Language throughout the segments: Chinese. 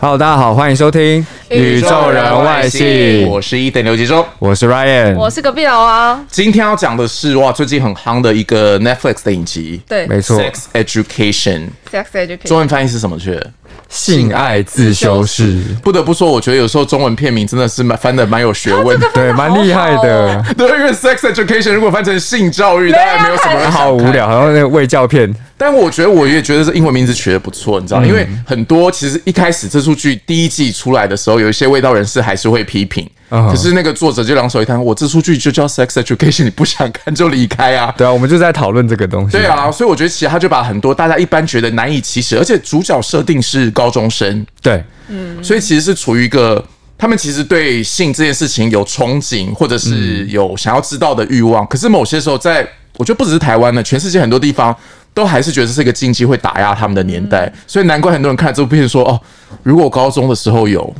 Hello，大家好，欢迎收听《宇宙人外星星》，我是一等刘杰忠。我是 Ryan，我是隔壁老王，今天要讲的是哇，最近很夯的一个 Netflix 的影集，对没错， Sex Education， ，sex 中 education，文翻译是什么去？性爱自修室，不得不说，我觉得有时候中文片名真的是蛮翻的蛮有学 问的。对，蛮厉害的，对，因为 sex education 如果翻成性教育，大概没有什么人哦好好哦无聊，好像那个卫教片，但我觉得我也觉得这英文名字取得不错，你知道，因为很多其实一开始这出剧第一季出来的时候，有一些味道人士还是会批评。嗯可是那个作者就两手一摊，我这出剧就叫 Sex Education，你不想看就离开啊。对啊，我们就在讨论这个东西，对，啊，所以我觉得其实他就把很多大家一般觉得难以启齿，而且主角设定是高中生，对，嗯所以其实是处于一个他们其实对性这件事情有憧憬，或者嗯是有想要知道的欲望。可是某些时候在，我觉得不只是台湾了，全世界很多地方都还是觉得这是一个禁忌，会打压他们的年代。嗯所以难怪很多人看了这部片说：“哦，如果我高中的时候有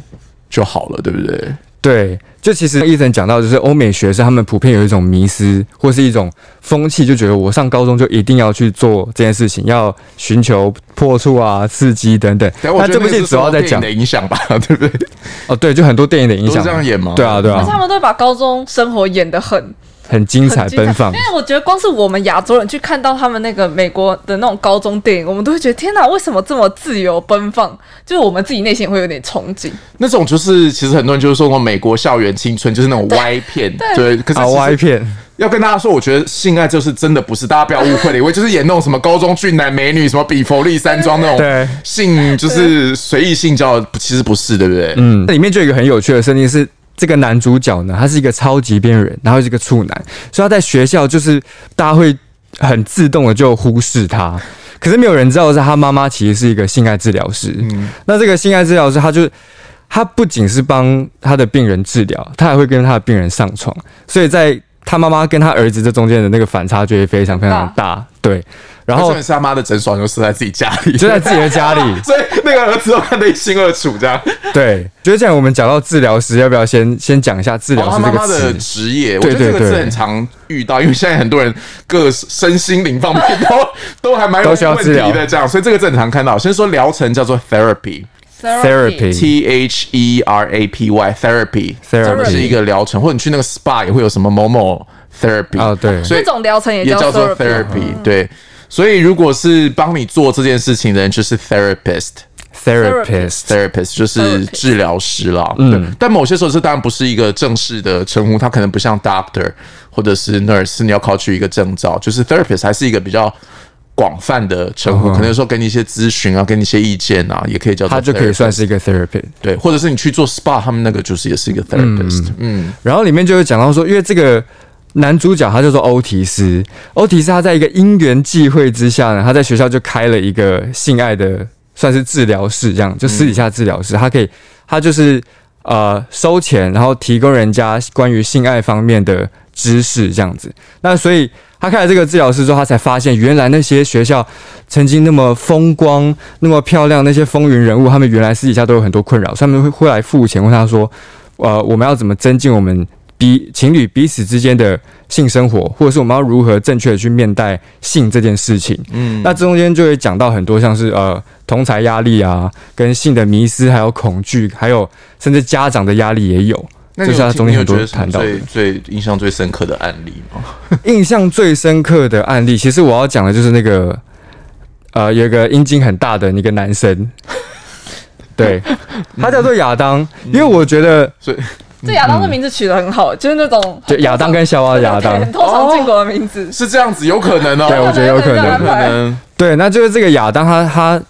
就好了，对不嗯对对，就其实医生讲到，就是欧美学生他们普遍有一种迷思，或是一种风气，就觉得我上高中就一定要去做这件事情，要寻求破处啊、刺激等等？”。但我觉这得部那戏是主受要到在电影讲的影响吧，对不对？哦，对，就很多电影的影都是响，这样演吗？对啊，对而且他啊，们都会把高中生活演得很很精彩很精奔 放因。为我觉得光是我们亚洲人去看到他们那个美国的那种高中电影，我们都会觉得天哪，为什么这么自由奔放？就是我们自己内心也会有点憧憬。那种就是，其实很多人就是说，美国校园青春就是那种歪片，对。可是啊，其实歪片，要跟大家说，我觉得性爱就是真的不是，大家不要误会了，以为就是演那种什么高中俊男美女，什么比佛利山庄那对种性，就是随意性交，其实不是，对不对？嗯，那里面就有一个很有趣的设定是，这个男主角呢，他是一个超级边缘人，然后是一个处男，所以他在学校就是大家会很自动的就忽视他。可是没有人知道的是，他妈妈其实是一个性爱治疗师。嗯那这个性爱治疗师，他就他不仅是帮他的病人治疗，他还会跟他的病人上床，所以在他妈妈跟他儿子这中间的那个反差就会非常非常大。对，然然后后重点是他妈的诊所就是在自己家里，就在自己的家里， 所以那个儿子都看得一清二楚，这样。对。觉得这样，我们讲到治疗师，要不要先先讲一下治然疗哦后他师这妈个妈词？的职业，我对觉得这个对对字很常遇到，因为现在很多人各身心灵方面都 都还蛮有都需要问治题疗的，这样，所以这个字很常看到。先说疗程叫做 therapy。 therapy T H E R A P Y therapy Therapy 是一个疗程，或者你去那个 SPA 也会有什么某某 therapy 啊对嗯所这以种疗程也也叫叫 therapy 做 therapy 对。所以如果是帮你做这件事情的人，就是 therapist。 therapist， therapist 就是治疗师啦，嗯嗯，但某些时候这当然不是一个正式的称呼，它可能不像 doctor 或者是 nurse，你要考取一个证照，就是 therapist 还是一个比较广泛的称呼，嗯哼可能有时候给你一些咨询啊，给你一些意见啊，也可以叫做他就可以 therapist 算是一个 therapist。对，或者是你去做 SPA，他们那个就是也是一个 therapist，嗯，然后里面就有讲到说，因为这个男主角他叫做欧提斯，欧提斯他在一个因缘际会之下呢，他在学校就开了一个性爱的算是治疗室，这样就私底下治疗室，他可以他就是呃收钱，然后提供人家关于性爱方面的知识这样子。那所以他开了这个治疗室之后，他才发现原来那些学校曾经那么风光、那么漂亮那些风云人物，他们原来私底下都有很多困扰，所以他们会会来付钱问他说，呃，我们要怎么增进我们彼情侣彼此之间的性生活，或者是我们要如何正确的去面带性这件事情？嗯，那这中间就会讲到很多像是呃同才压力啊，跟性的迷失，还有恐惧，还有甚至家长的压力也有。那就你是他有中间听你很有多觉得什谈么到的哦最最印象最深刻的案例吗？印象最深刻的案例，其实我要讲的就是那个，呃，有一个阴茎很大的一个男生，对，他叫做亚当，因为我觉得所以这亚当的名字取得很好，就是那种就亚当跟夏娃的亚当，很通常进国的名字。是这样子，有可能哦，对我觉得有可能有有可能，对，那就是这个亚当他他。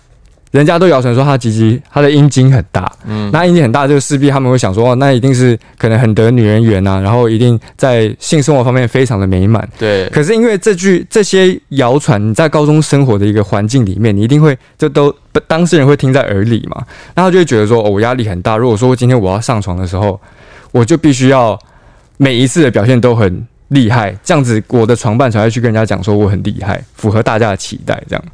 人家都谣传说他鸡鸡他的阴茎很大，嗯，那阴茎很大，就势必他们会想说，哦，那一定是可能很得女人缘啊，然后一定在性生活方面非常的美满，对，可是因为这句这些谣传，你在高中生活的一个环境里面，你一定会就都不当事人会听在耳里嘛，然后就会觉得说，哦，我压力很大。如果说今天我要上床的时候，我就必须要每一次的表现都很厉害，这样子我的床伴才会去跟人家讲说我很厉害，符合大家的期待。这样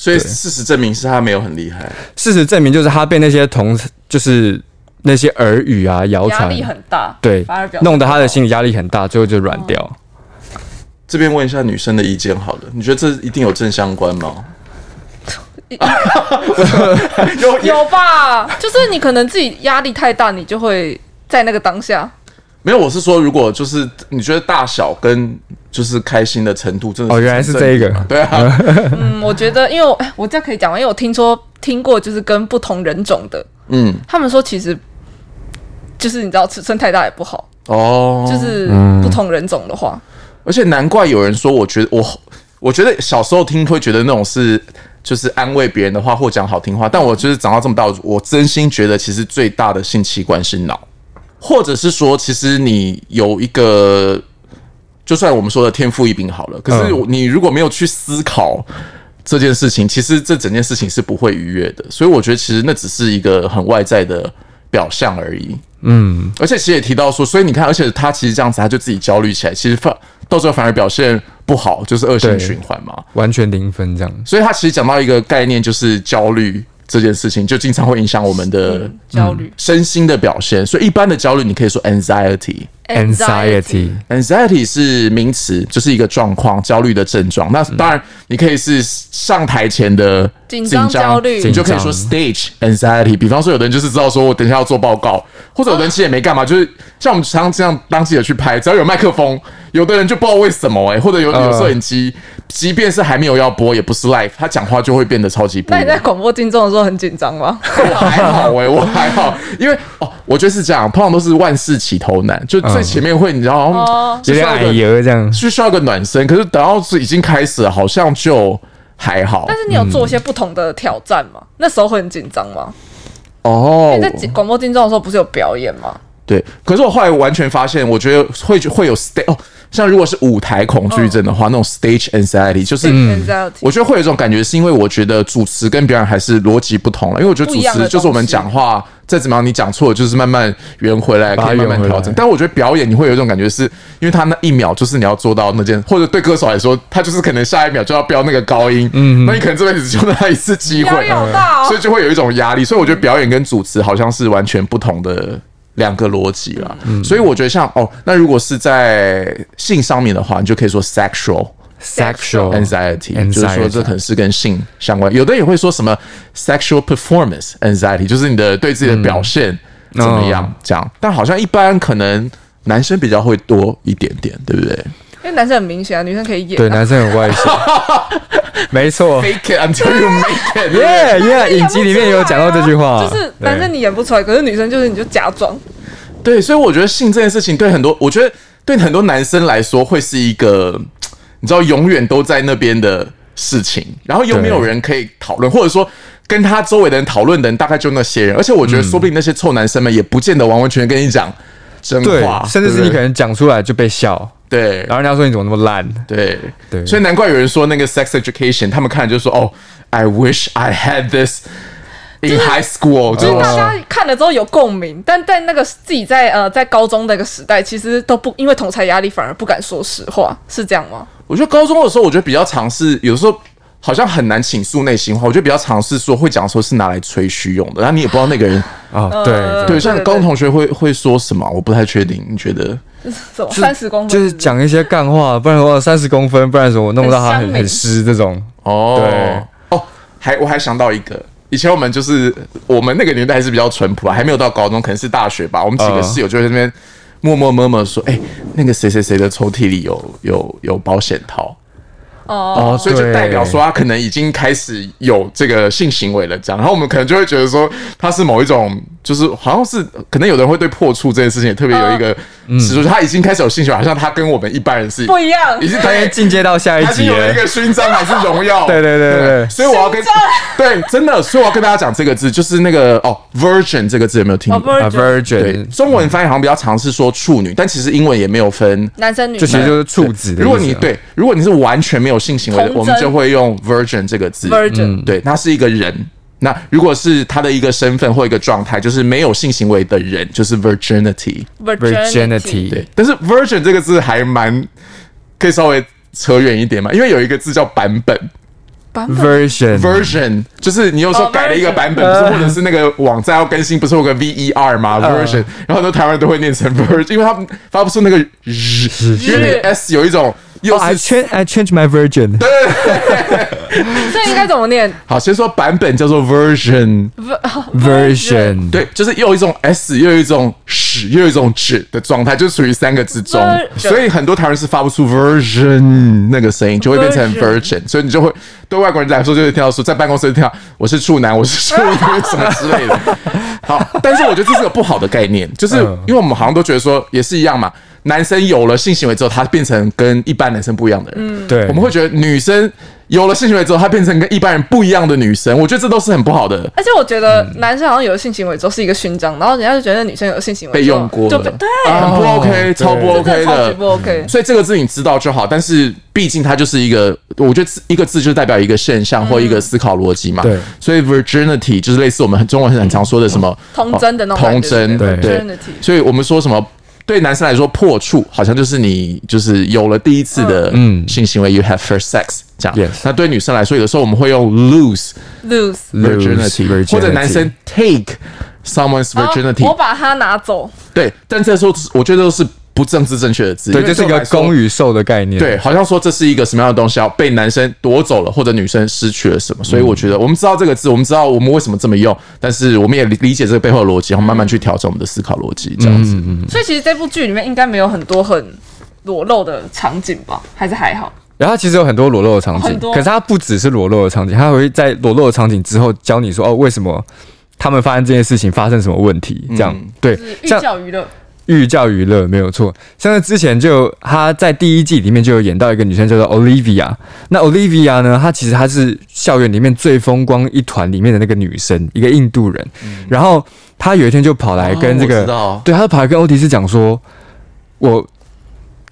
所以事实证明是他没有很厉害，事实证明，就是他被那些同就是那些耳语啊谣压传，力很大，对反而表，现弄得他不的好心理压力很大，最后就软掉。这边问一下女生的意见好了，你觉得这一定有正相关吗？有有吧？就是你可能自己压力太大，你就会在那个当下。没有？我是说，如果就是你觉得大小跟就是开心的程度，真的哦，原来是成这正一个比嘛对啊，嗯，我觉得，因为我哎我这样可以讲吗？因为我听说听过，就是跟不同人种的，嗯，他们说其实就是你知道，尺寸太大也不好，哦，就是不同人种的话，而且难怪有人说，我觉得我我觉得小时候听会觉得那种是就是安慰别人的话或讲好听话，但我就是长到这么大，我真心觉得其实最大的性器官是脑，或者是说，其实你有一个。就算我们说的天赋异禀好了，可是嗯你如果没有去思考这件事情，其实这整件事情是不会愉悦的。所以我觉得其实那只是一个很外在的表象而已。嗯，而且其实也提到说，所以你看，而且他其实这样子，他就自己焦虑起来，其实反到最后反而表现不好，就是恶性对循环嘛。完全零分这样。所以他其实讲到一个概念，就是焦虑这件事情，就经常会影响我们的嗯，焦虑、身心的表现。所以一般的焦虑，你可以说嗯 anxiety。 Anxiety， Anxiety 是名词，就是一个状况，焦虑的症状。那当然，你可以是上台前的紧张焦虑你就可以说紧 stage anxiety。比方说，有的人就是知道说我等一下要做报告，或者有的人其实也没干嘛，就是像我们常常这样当记者去拍，只要有麦克风，有的人就不知道为什么哎、欸或者有呃有摄影机，即便是还没有要播，也不是 live，他讲话就会变得超级不那一你样在。广播竞中的时候很紧张吗？我还好 哎、我还好，因为哦，我觉得是这样，通常都是万事起头难，就最前面会你知道，好像哦是有需点要一矮个油这样。是需要一个暖身，可是等到是已经开始了，好像就还好但是你有做一些不同的挑战吗？那时候会很紧张吗？嗯哎哦你在紧广播竞中的时候不是有表演吗？对，可是我后来完全发现，我觉得会会有 stage 哦，像如果是舞台恐惧症的话，那种 stage anxiety 就是。 Anxiety，嗯我觉得会有一种感觉，是因为我觉得主持跟表演还是逻辑不同了。因为我觉得主不一样的东持西就是我们讲话再怎么样，你讲错了就是慢慢圆回来，把它可以慢圆慢回来调整。但我觉得表演你会有一种感觉是，因为他那一秒就是你要做到那件，或者对歌手来说，他就是可能下一秒就要飙那个高音，嗯，那你可能这辈子就那一次机压会，嗯啊力好大所哦以。就会有一种压力。所以我觉得表演跟主持好像是完全不同的两个逻辑啦。嗯所以我觉得像哦，那如果是在性上面的话，你就可以说 sexual。 Sexual 哦 anxiety，就是说这可能是跟性相关。有的也会说什么 sexual performance anxiety，就是你的对自己的表现怎么样、哦这样。但好像一般可能男生比较会多一点点，对不对因为男生很明显啊，女生可以演、对，啊。男生很 外向，没错。 ？Fake it until you make it 对不对。耶耶，影集里面有讲到这句话，就是男生你演不出来，可是女生就是你就假装。对，所以我觉得性这件事情对很多，我觉得对很多男生来说会是一个，你知道，永远都在那边的事情。然后又没有人可以讨论，或者说跟他周围的人讨论的人，大概就那些人。而且我觉得，嗯说不定那些臭男生们也不见得完完全全跟你讲真对话，，甚至是你对可能讲出来就被笑，不对然后人家说你怎么那么烂，对对所以难怪有人说那个 sex education，他们看了就说哦，I wish I had this in high school，哦就啊就是大是家看了之后有共鸣，但在那个自己在呃在高中那个时代，其实都不因为同才压力反而不敢说实话，是这样吗？我觉得高中的时候，我觉得比较尝试，有时候好像很难倾诉内心话。我觉得比较尝试说会讲说是拿来吹嘘用的，然后你也不知道那个人。哦，呃对，对，对像对高中同学会会说什么，我不太确定。你觉得？什么三十公分就是讲一些干话，不然我三十公分，不然什么我弄不到他很很香很美湿这种。哦，哦，还我还想到一个。以前我们就是我们那个年代还是比较淳朴啊，还没有到高中，可能是大学吧。我们几个嗯室友就在那边默默摸摸说：“哎、那个谁谁谁的抽屉里有有有保险套。”哦，所以就代表说他可能已经开始有这个性行为了，这样，然后我们可能就会觉得说他是某一种，就是好像是可能有的人会对破处这件事情也特别有一个嗯指出，他已经开始有性行为，好像他跟我们一般人是不一样已。经大家进阶到下一他已经集有了了 一，个勋章还是荣耀， 对对对对对所以我要跟 对真的，所以我要跟大家讲这个字，就是那个哦，virgin 这个字有没有听哦过？啊 Virgin，对， ，virgin，中文翻译好像比较常是说处女，但其实英文也没有分男生女就生其实就是处子的意思啊。如果你对，如果你是完全没有性行为的，童贞我们就会用 virgin 这个嗯字。Virgin 对，他是一个人。那如果是他的一个身份或一个状态，就是没有性行为的人，就是 virginity。 virginity，对，但是 virgin 这个字还蛮可以稍微扯远一点嘛，因为有一个字叫版本版本 version ，version 就是你有时候哦改了一个 version 版本，不是或者是那个网站要更新，不是有个 V E R 嗯吗？version，然后很多台湾人都会念成 virgin，因为他们发不出那个日，因为那个 s 有一种又 Oh, I 是 change I change my virgin，所以应该怎么念好，先说版本叫做 version，嗯 version，对，就是又有一种 s，又有一种屎，又有一种纸的状态，就处于三个之中。 Version 所以很多台湾人是发不出 version 那个声音，就会变成 Version virgin。所以你就会对外国人来说，就会听到说，在办公室听到我是处男，我是处女什么之类的。好，但是我觉得这是个不好的概念，就是嗯因为我们好像都觉得说，也是一样嘛。男生有了性行为之后，他变成跟一般男生不一样的人。对，我们会觉得女生有了性行为之后，她变成跟一般人不一样的女生，我觉得这都是很不好的。而且我觉得嗯男生好像有性行为之后是一个勋章，然后人家就觉得女生有性行为被之后用过了就被对，很不 OK，、对超不真 OK 的超级的。不 OK。所以这个字你知道就好，但是毕竟它就是一个，我觉得一个字就代表一个现嗯象或一个思考逻辑嘛。对所以 virginity 就是类似我们中文很常说的什么呃童真的那种童感觉真，对对 virginity。所以我们说什么？对男生来说，破处好像就是你就是有了第一次的嗯性行为、y o u have first sex 这样。 Yes 那对女生来说，有的时候我们会用 lose lose Lose virginity，或者男生 take someone's 然后 virginity，、哦我把它拿走，对，但这时候我觉得都是不政治正确的字，对，因这为是一对我个来说公与受的概念，对，好像说这是一个什么样的东西要被男生夺走了，或者女生失去了什么，所以我觉嗯得我们知道这个字，我们知道我们为什么这么用，但是我们也理理解这个背后的逻辑，然后慢慢去调整我们的思考逻辑，这样子。所以其实这部剧里面应该没有很多很裸露的场景吧，还是还好。然后它其实有很多裸露的场景很，多可是它不只是裸露的场景，它还会在裸露的场景之后教你说哦，为什么他们发生这件事情发生什么问题，这样、嗯对就是，寓像教于乐，寓教于乐没有错。像是之前就他在第一季里面就有演到一个女生叫做 Olivia，那 Olivia 呢，她其实她是校园里面最风光一团里面的那个女生，一个印度人，然后她有一天就跑来跟这嗯哦我个知道对，他跑来跟欧迪斯讲说，我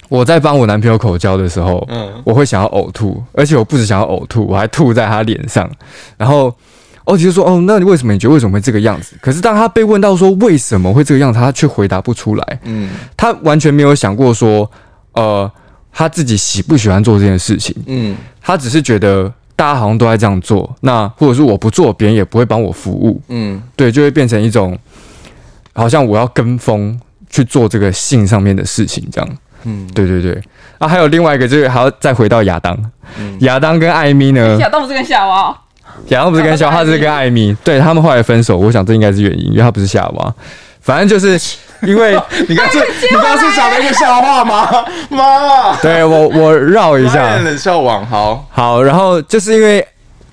我在帮我男朋友口交的时候，嗯我会想要呕吐，而且我不止想要呕吐，我还吐在他脸上。然后欧迪就说：“哦，那你为什么你觉得为什么会这个样子？”可是当他被问到说为什么会这个样子，他却回答不出来。嗯他完全没有想过说，呃，他自己喜不喜欢做这件事情。嗯他只是觉得大家好像都在这样做，那或者是我不做，别人也不会帮我服务。嗯，对，就会变成一种好像我要跟风去做这个性上面的事情，这样。嗯嗯，对对对。啊，还有另外一个就是还要再回到亚当，嗯亚、当跟艾米呢？亚当不是跟夏娃哦，亚当不是跟肖，亚当他跟是跟艾米，对他们后来分手，我想这应该是原因，因为他不是夏娃。反正就是因 为你刚是，你刚是讲了一个笑话吗？妈，对我我绕一下 当然，冷笑网好，好，然后就是因为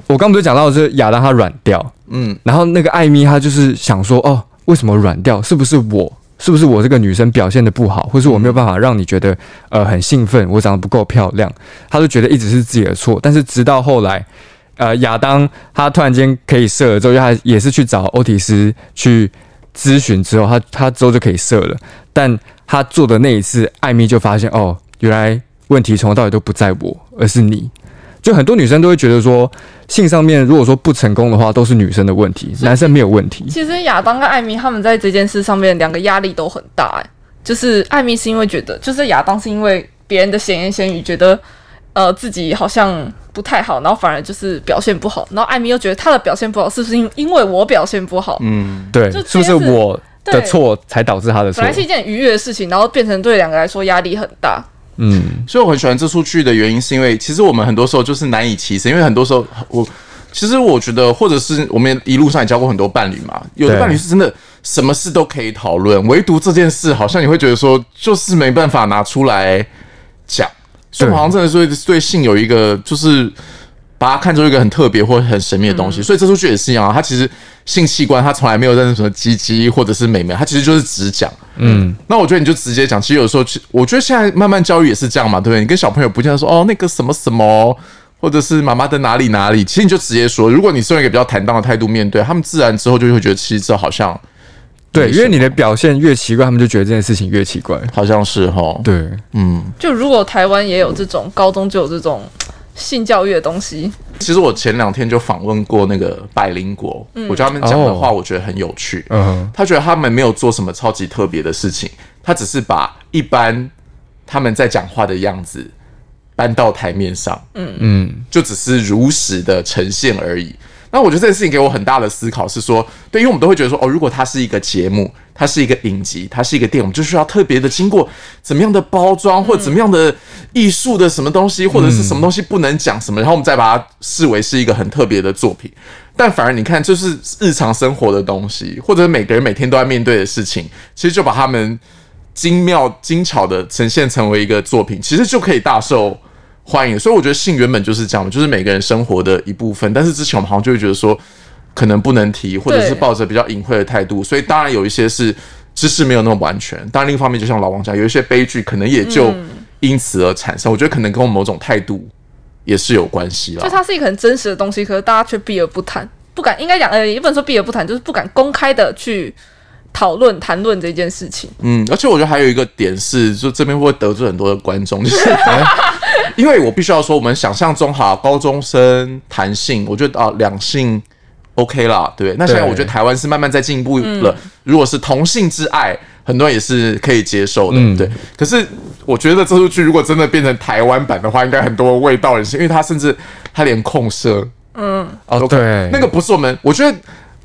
我刚不是讲到就是亚当他软掉，嗯然后那个艾米她就是想说，哦，为什么软掉？是不是我？是不是我这个女生表现的不好，或是我没有办法让你觉得呃很兴奋？我长得不够漂亮，她就觉得一直是自己的错。但是直到后来，呃，亚当他突然间可以射了之后，因为他也是去找欧提斯去咨询之后，他他之后就可以射了。但他做的那一次，艾米就发现哦，原来问题从头到尾都不在我，而是你。就很多女生都会觉得说，性上面如果说不成功的话，都是女生的问题，男生没有问题。其实亚当跟艾米他们在这件事上面两个压力都很大、哎，就是艾米是因为觉得，就是亚当是因为别人的闲言闲语，觉得呃自己好像不太好，然后反而就是表现不好，然后艾米又觉得他的表现不好，是不是因因为我表现不好？嗯，对，就是不是我的对错才导致他的错本来？是一件愉悦的事情，然后变成对两个来说压力很大。嗯，所以我很喜欢这出剧的原因，是因为其实我们很多时候就是难以启齿，因为很多时候我其实我觉得，或者是我们一路上也交过很多伴侣嘛，有的对伴侣是真的什么事都可以讨论，唯独这件事好像你会觉得说，就是没办法拿出来讲，所以我好像真的是对对性有一个就是。把它看作一个很特别或很神秘的东西，所以这出剧也是一样啊。它其实性器官，它从来没有认识什么鸡鸡或者是美眉，它其实就是只讲。嗯，那我觉得你就直接讲。其实有时候，我觉得现在慢慢教育也是这样嘛，对不对？你跟小朋友不见得说哦那个什么什么，或者是妈妈的哪里哪里，其实你就直接说。如果你是用一个比较坦荡的态度面对，他们自然之后就会觉得，其实这好像对，没因为什么你的表现越奇怪，他们就觉得这件事情越奇怪。好像是哈，对，嗯。就如果台湾也有这种，高中就有这种性教育的东西，其实我前两天就访问过那个百灵国，我觉得他们讲的话，我觉得很有趣。嗯，他觉得他们没有做什么超级特别的事情，他只是把一般他们在讲话的样子搬到台面上，嗯嗯，就只是如实的呈现而已。那我觉得这件事情给我很大的思考是说，对，因为我们都会觉得说，哦，如果它是一个节目，它是一个影集，它是一个电影，我们就需要特别的经过怎么样的包装或怎么样的艺术的什么东西，或者是什么东西不能讲什么，然后我们再把它视为是一个很特别的作品。但反而你看，就是日常生活的东西，或者每个人每天都在面对的事情，其实就把他们精妙精巧的呈现成为一个作品，其实就可以大受欢迎。所以我觉得性原本就是这样，就是每个人生活的一部分。但是之前我们好像就会觉得说，可能不能提，或者是对抱着比较隐晦的态度，所以当然有一些是知识没有那么完全。当然，另一方面就像老王讲，有一些悲剧可能也就因此而产生。我觉得可能跟我们某种态度也是有关系啦就。它是一个很真实的东西，可是大家却避而不谈，不敢应该讲呃，也不能说避而不谈，就是呃不敢公开的去讨论谈论这件事情。嗯，而且我觉得还有一个点是，就这边会得罪很多的观众，就是因为我必须要说，我们想象中哈，高中生谈性，我觉得啊，两性 OK 啦，对不对？那现在对我觉得台湾是慢慢在进步了，如果是同性之爱，很多人也是可以接受的，对。可是我觉得这出剧如果真的变成台湾版的话，应该很多味道人生，因为它甚至它连控射哦，对，那个不是我们，我觉得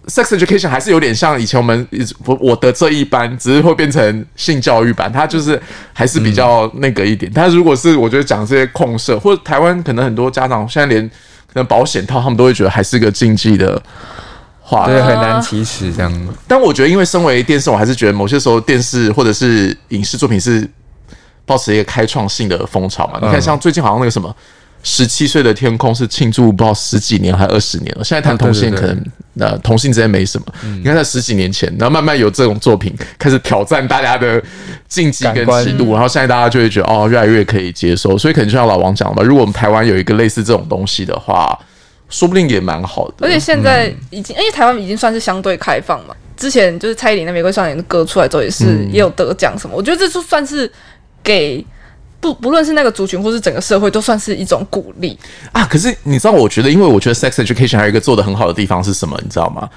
sex education 还是有点像以前我们一直我我的这一班，只是会变成性教育版，它就是还是比较那个一点。但是如果是我觉得讲这些控社，或者台湾可能很多家长现在连可能保险套他们都会觉得还是个禁忌的话题对，很难启齿这样。但我觉得，因为身为电视，我还是觉得某些时候电视或者是影视作品是保持一个开创性的风潮嘛。你看，嗯像最近好像那个什么。十七岁的天空是庆祝不知道十几年还二十年了。现在谈同性啊对对嗯可对能呃同性之间没什么。你看在十几年前，然后慢慢有这种作品开始挑战大家的禁忌跟感官尺度，然后现在大家就会觉得哦越来越可以接受。所以可能就像老王讲的嘛，如果我们台湾有一个类似这种东西的话，说不定也蛮好的。而且现在已经，因为台湾已经算是相对开放嘛。之前就是蔡依林的《玫瑰少年》的歌出来之后，也是、也有得奖什么。我觉得这就算是给不不论是那个族群或是整个社会，都算是一种鼓励。啊，可是你知道，我觉得，因为我觉得 sex education 还有一个做的很好的地方是什么，你知道吗？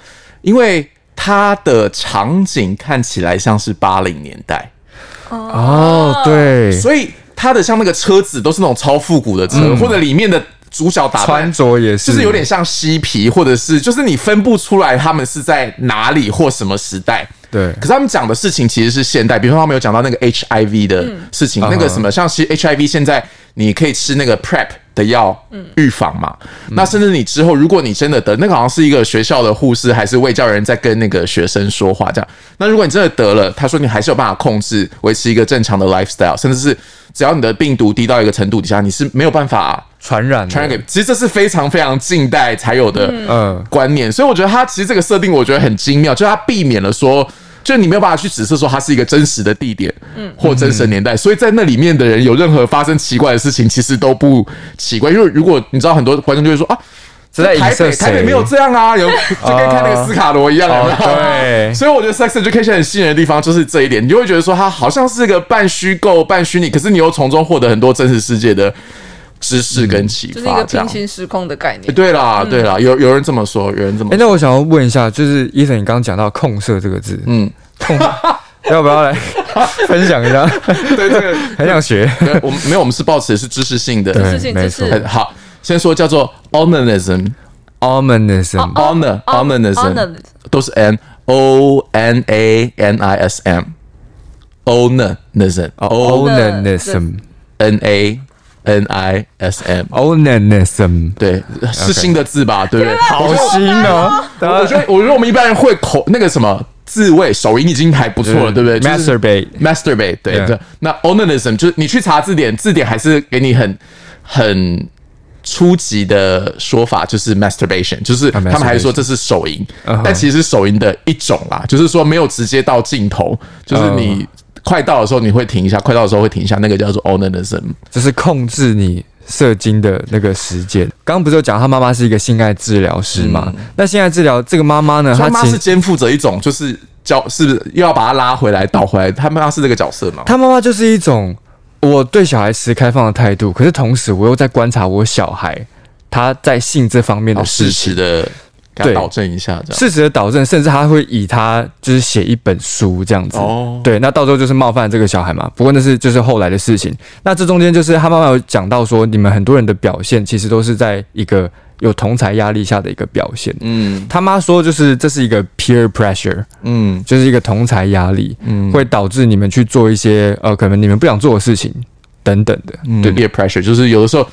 因为它的场景看起来像是八零年代，哦，对，所以它的像那个车子都是那种超复古的车，或者里面的主角打扮穿着也是，就是有点像嬉皮，或者是就是你分不出来他们是在哪里或什么时代。对可是他们讲的事情其实是现代，比如说他们有讲到那个 HIV 的事情，那个什么像其实 HIV 现在你可以吃那个 PrEP 的药预防嘛，那甚至你之后如果你真的得，那个好像是一个学校的护士还是卫教人在跟那个学生说话这样，那如果你真的得了，他说你还是有办法控制，维持一个正常的 lifestyle，甚至是只要你的病毒低到一个程度底下，你是没有办法。传染的传染给，其实这是非常非常近代才有的嗯观念，所以我觉得它其实这个设定我觉得很精妙，就是它避免了说，就你没有办法去指示说它是一个真实的地点，嗯，或真实的年代，所以在那里面的人有任何发生奇怪的事情，其实都不奇怪，因为如果你知道很多观众就会说啊，这在影台射北谁台北没有这 样啊，有就跟看那个斯卡罗一样，有没哦有对 所以我觉得 sex education 很吸引人的地方就是这一点，你就会觉得说它好像是一个半虚构、半虚拟，可是你又从中获得很多真实世界的知识跟启嗯就是一发，个这样平。行时空的概欸念。对啦，对啦，有有人这么说，有人这么哎、 说，那我想要问一下，就是伊森，你刚刚讲到“控色”这个字，嗯， 要不要来 分享一下？对这个，很想学。对我们没有，我们是抱持的是知识性的，事情没就错是很好。先说叫做 onanism。 Ominism， honor 哦 onanism 都是 n o n a n i s m onanism 哦 o onanism， n a n i s m 哦 onanism，对是新的字吧？对不对？好新哦！我大觉家得我觉得我们一般人会口那个什么自慰手淫已经还不错了，对不对就是嗯 masturbate masturbate 对对对。那 onanism 就是你去查字典，字典还是给你很很初级的说法，就是 masturbation，就是他们还说啊 masturbation 这是手淫嗯哼但其实是手淫的一种啦，就是说没有直接到尽头，就是 Uh 你快到的时候你会停一下，快到的时候会停一下，那个叫做 onanism。就是控制你射精的那个时间。刚刚不是有讲她妈妈是一个性爱治疗师嘛？嗯那性爱治疗这个妈妈呢，啊他她妈其是肩负着一种就是教，是不是又要把他拉回来倒回来？他妈是这个角色嘛？她妈妈就是一种我对小孩持开放的态度，可是同时我又在观察我小孩他在性这方面然的后适事情。时的给他对导正一下，哦这样。事实的导正，甚至他会以他就是写一本书这样子。哦对，那到时候就是冒犯这个小孩嘛。不过那是就是后来的事情。那这中间就是他妈妈有讲到说，你们很多人的表现其实都是在一个有同才压力下的一个表现。嗯他妈说，就是这是一个 peer pressure，嗯就是一个同才压力，会导致你们去做一些呃，可能你们不想做的事情。等等的，嗯对对，peer pressure 就是有的时候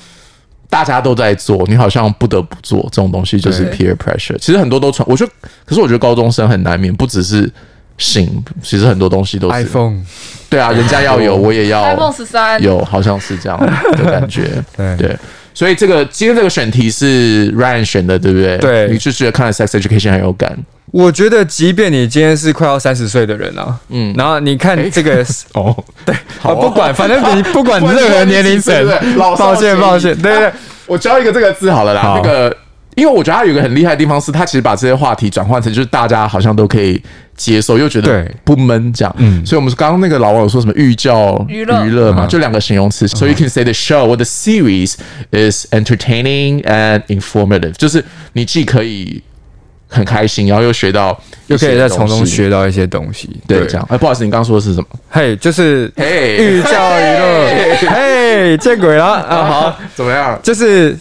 大家都在做，你好像不得不做这种东西，就是 peer pressure。其实很多都传，我觉得，可是我觉得高中生很难免，不只是性，其实很多东西都是 iPhone， 对啊，人家要有，我也要 iPhone 十三，有，好像是这样的感觉。对对，所以这个今天这个选题是 Ryan 选的，对不对？对你就觉得看了 Sex Education 很有感，我觉得即便你今天是快要三十岁的人啊，嗯嗯，然后你看这个 哦，对，啊，不管，反正 你不管任何年龄层对对对，老抱少皆歉宜抱歉，对 对对，我教一个这个字好了啦好，那个，因为我觉得他有一个很厉害的地方是，他其实把这些话题转换成就是大家好像都可以接受，又觉得对不闷这样。嗯所以我们刚刚那个老网友说什么寓教娱乐娱乐嘛，嗯就两个形容词。So you can say the show or the series is entertaining and informative，就是你既可以很开心，然后又学到一又可以些在东从中西。学到一些东西，对，这样。哎，不好意思，你刚刚说的是什么？嘿，就是嘿寓教于乐，嘿，见鬼了啊，好。，怎么样？就是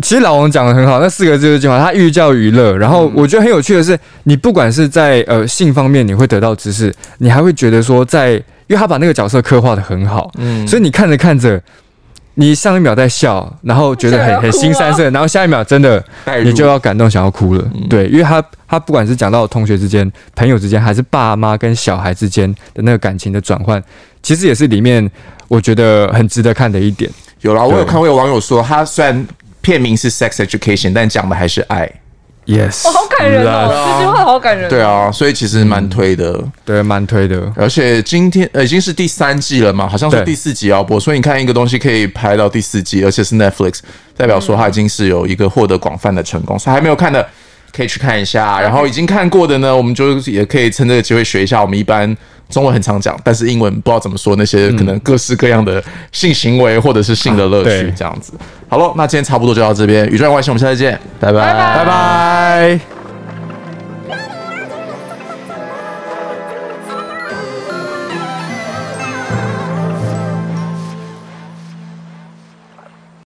其实老王讲的很好，那四个字就是精华，他寓教于乐。然嗯后我觉得很有趣的是，你不管是在呃性方面你会得到知识，你还会觉得说在，因为他把那个角色刻画的很好，嗯所以你看着看着。你上一秒在笑，然后觉得想要很很哭啊心酸涩，然后下一秒真的代入你就要感动，想要哭了。嗯对，因为他他不管是讲到同学之间、朋友之间，还是爸妈跟小孩之间的那个感情的转换，其实也是里面我觉得很值得看的一点。有啦，我对有看过有网友说，他虽然片名是 Sex Education，但讲的还是爱。 Yes，哦，好感人哦，啊这句话好感人。哦对，啊，所以其实蛮推的。对，蛮推的。而且今天呃已经是第三季了嘛，好像是对第四集要播，所以你看一个东西可以拍到第四季，而且是 Netflix，代表说它已经是有一个获得广泛的成功。所以还没有看的可以去看一下，然后已经看过的呢，我们就也可以趁这个机会学一下。我们一般中文很常讲，但是英文不知道怎么说那些可能各式各样的性行为或者是性的乐啊趣对这样子。好了，那今天差不多就到这边，宇宙人外星，我们下次见，拜拜拜拜拜拜。